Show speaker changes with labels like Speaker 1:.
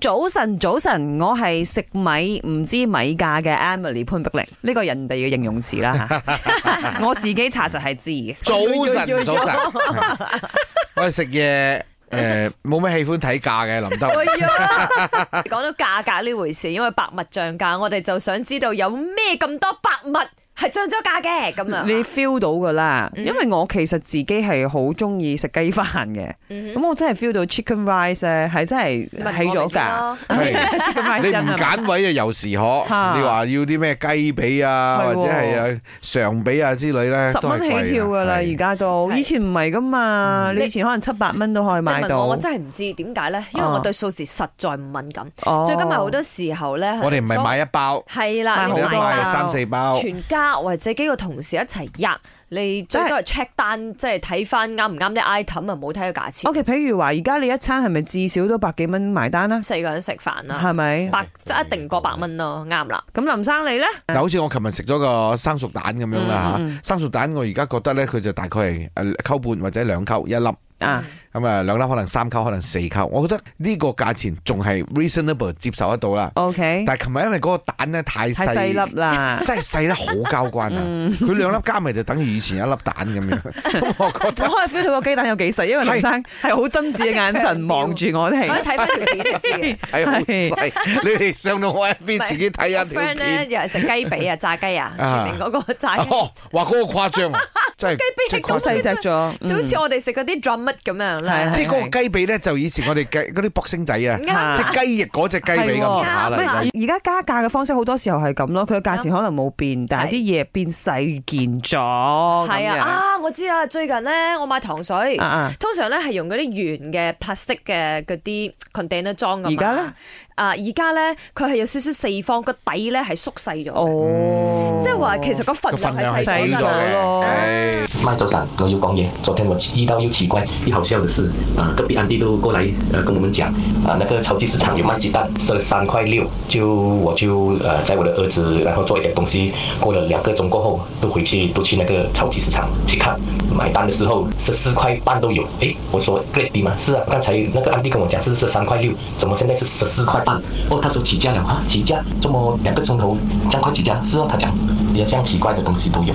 Speaker 1: 早晨，早晨，我係食米唔知米價嘅 Emily 潘碧玲，呢個人哋嘅形容詞啦 吓，我自己查實係知嘅。
Speaker 2: 早晨，早晨， 我哋食嘢。诶，冇咩喜歡睇價 嘅林德榮，
Speaker 1: 哎呀，講到價格呢回事，因為百物漲價，我哋就想知道有咩咁多百物係漲咗價嘅咁啊。
Speaker 3: 你 feel 到噶啦，
Speaker 1: 嗯
Speaker 3: 因為我其實自己係好中意食雞飯嘅，
Speaker 1: 嗯
Speaker 3: 咁我真係 feel 到 chicken rice 咧係真係起咗價
Speaker 2: 係
Speaker 3: ，chicken
Speaker 2: 你
Speaker 3: rice
Speaker 2: 唔
Speaker 3: 真係
Speaker 2: 揀位啊，由時可。
Speaker 3: 嚇
Speaker 2: 你話要啲咩雞髀啊，
Speaker 3: 係
Speaker 2: 或
Speaker 3: 喎
Speaker 2: 者係啊常髀啊之類咧，
Speaker 3: 十
Speaker 2: 都係
Speaker 3: 蚊
Speaker 2: 貴嘅
Speaker 3: 起跳噶啦，
Speaker 2: 係
Speaker 3: 而家都
Speaker 1: 係
Speaker 3: 以前唔係噶嘛，
Speaker 1: 嗯
Speaker 3: 你以前可能七百蚊都可以
Speaker 1: 你
Speaker 3: 買
Speaker 1: 問我，
Speaker 3: 到
Speaker 1: 我。真係唔知點解咧，因為
Speaker 3: 啊
Speaker 1: 我對數字實在唔敏感。
Speaker 3: 哦
Speaker 1: 最今日好多時候咧，
Speaker 2: 我哋唔係買一包，
Speaker 1: 係啦，
Speaker 3: 買
Speaker 1: 你
Speaker 3: 好
Speaker 2: 我哋
Speaker 1: 買
Speaker 3: 多
Speaker 2: 都買啊哦
Speaker 1: 單
Speaker 2: 咗三四包。
Speaker 1: 全家或者幾個同事一齊入，你最多係 check 單，即係睇翻啱唔啱啲 item 啊，冇睇個價錢。
Speaker 3: OK，譬如話而家你一餐係咪至少都百幾蚊埋單啦？
Speaker 1: 四個人食飯啦，
Speaker 3: 係咪
Speaker 1: 百即係一定過百蚊咯，啱啦。
Speaker 3: 咁林生你咧？
Speaker 2: 嗱，好似我琴日食咗個生熟蛋咁樣啦嚇，生熟蛋我而家覺得咧，佢就大概係誒溝半或者兩溝一粒。
Speaker 3: 啊，
Speaker 2: 咁啊，兩粒可能三溝，可能四溝，我覺得呢個價錢仲係 reasonable 接受得到啦。
Speaker 3: OK，
Speaker 2: 但係琴日因為嗰個蛋咧太
Speaker 3: 太
Speaker 2: 細，
Speaker 3: 細粒嗯啦。
Speaker 2: 真係細得好交關啊！佢兩粒加埋就等於以前一粒蛋咁樣。 咁我覺
Speaker 3: 我可以 feel 到個雞蛋有幾細，因為林生係好真摯嘅眼 神望住我
Speaker 1: 可以
Speaker 3: 哋。
Speaker 1: 睇翻條片就知嘅。
Speaker 2: 得哎係好細，你哋上到我一邊自己睇下
Speaker 1: 個
Speaker 2: 條
Speaker 1: friend 咧
Speaker 2: 片。
Speaker 1: 又係食雞髀啊、炸雞啊，
Speaker 2: 啊
Speaker 1: 全明嗰個炸雞，
Speaker 2: 哦，話嗰個誇張啊，真係
Speaker 1: 雞髀係
Speaker 2: 真
Speaker 1: 咁
Speaker 3: 好
Speaker 2: 誇張
Speaker 3: 細隻咗，
Speaker 1: 就好
Speaker 3: 嗯
Speaker 1: 似我哋食嗰啲 drummet 咁樣啦
Speaker 3: 係。
Speaker 2: 即係嗰個雞髀咧，就以前我哋嘅嗰啲卜星仔啊，
Speaker 1: 啱啊
Speaker 2: 即係雞翼嗰只雞髀咁上下啦。
Speaker 1: 係
Speaker 2: 而
Speaker 1: 喎
Speaker 2: 家
Speaker 3: 而而家加價嘅方式好多時候係咁咯，佢嘅價錢可能冇變，但係啲嘢變細件咗。
Speaker 1: 係啊，啊我知啦，最近咧我買糖水
Speaker 3: 咁樣，哦啊。啊
Speaker 1: 通常咧係用嗰啲圓嘅 plastic 嘅嗰啲 container 裝噶
Speaker 3: 而
Speaker 1: 嘛。
Speaker 3: 家咧，
Speaker 1: 啊而家咧佢係有少少四方，個底咧係縮細咗，
Speaker 3: 哦，
Speaker 1: 即係話其實個
Speaker 2: 個
Speaker 1: 份量
Speaker 2: 份量
Speaker 1: 係
Speaker 2: 係
Speaker 1: 細
Speaker 2: 細
Speaker 1: 咗
Speaker 2: 咗
Speaker 1: 㗎
Speaker 3: 細
Speaker 1: 啦。
Speaker 3: 咗咯
Speaker 2: 嘅。唉
Speaker 4: 慢走长，我有公园。昨天我遇到又奇怪又好笑的事，呃，隔壁安迪都过来呃跟我们讲，啊、那个超级市场有卖鸡蛋，是三块六，就我就呃载我的儿子，然后做一点东西，过了两个钟过后，都回去都去那个超级市场去看，买单的时候十四块半都有，诶，我说 g r e a t 吗？是啊，刚才那个安迪跟我讲是十三块六，怎么现在是十四块半？哦，他说起价了啊，起价，这么两个钟头这样快起价，是哦，他讲，连这样奇怪的东西都有。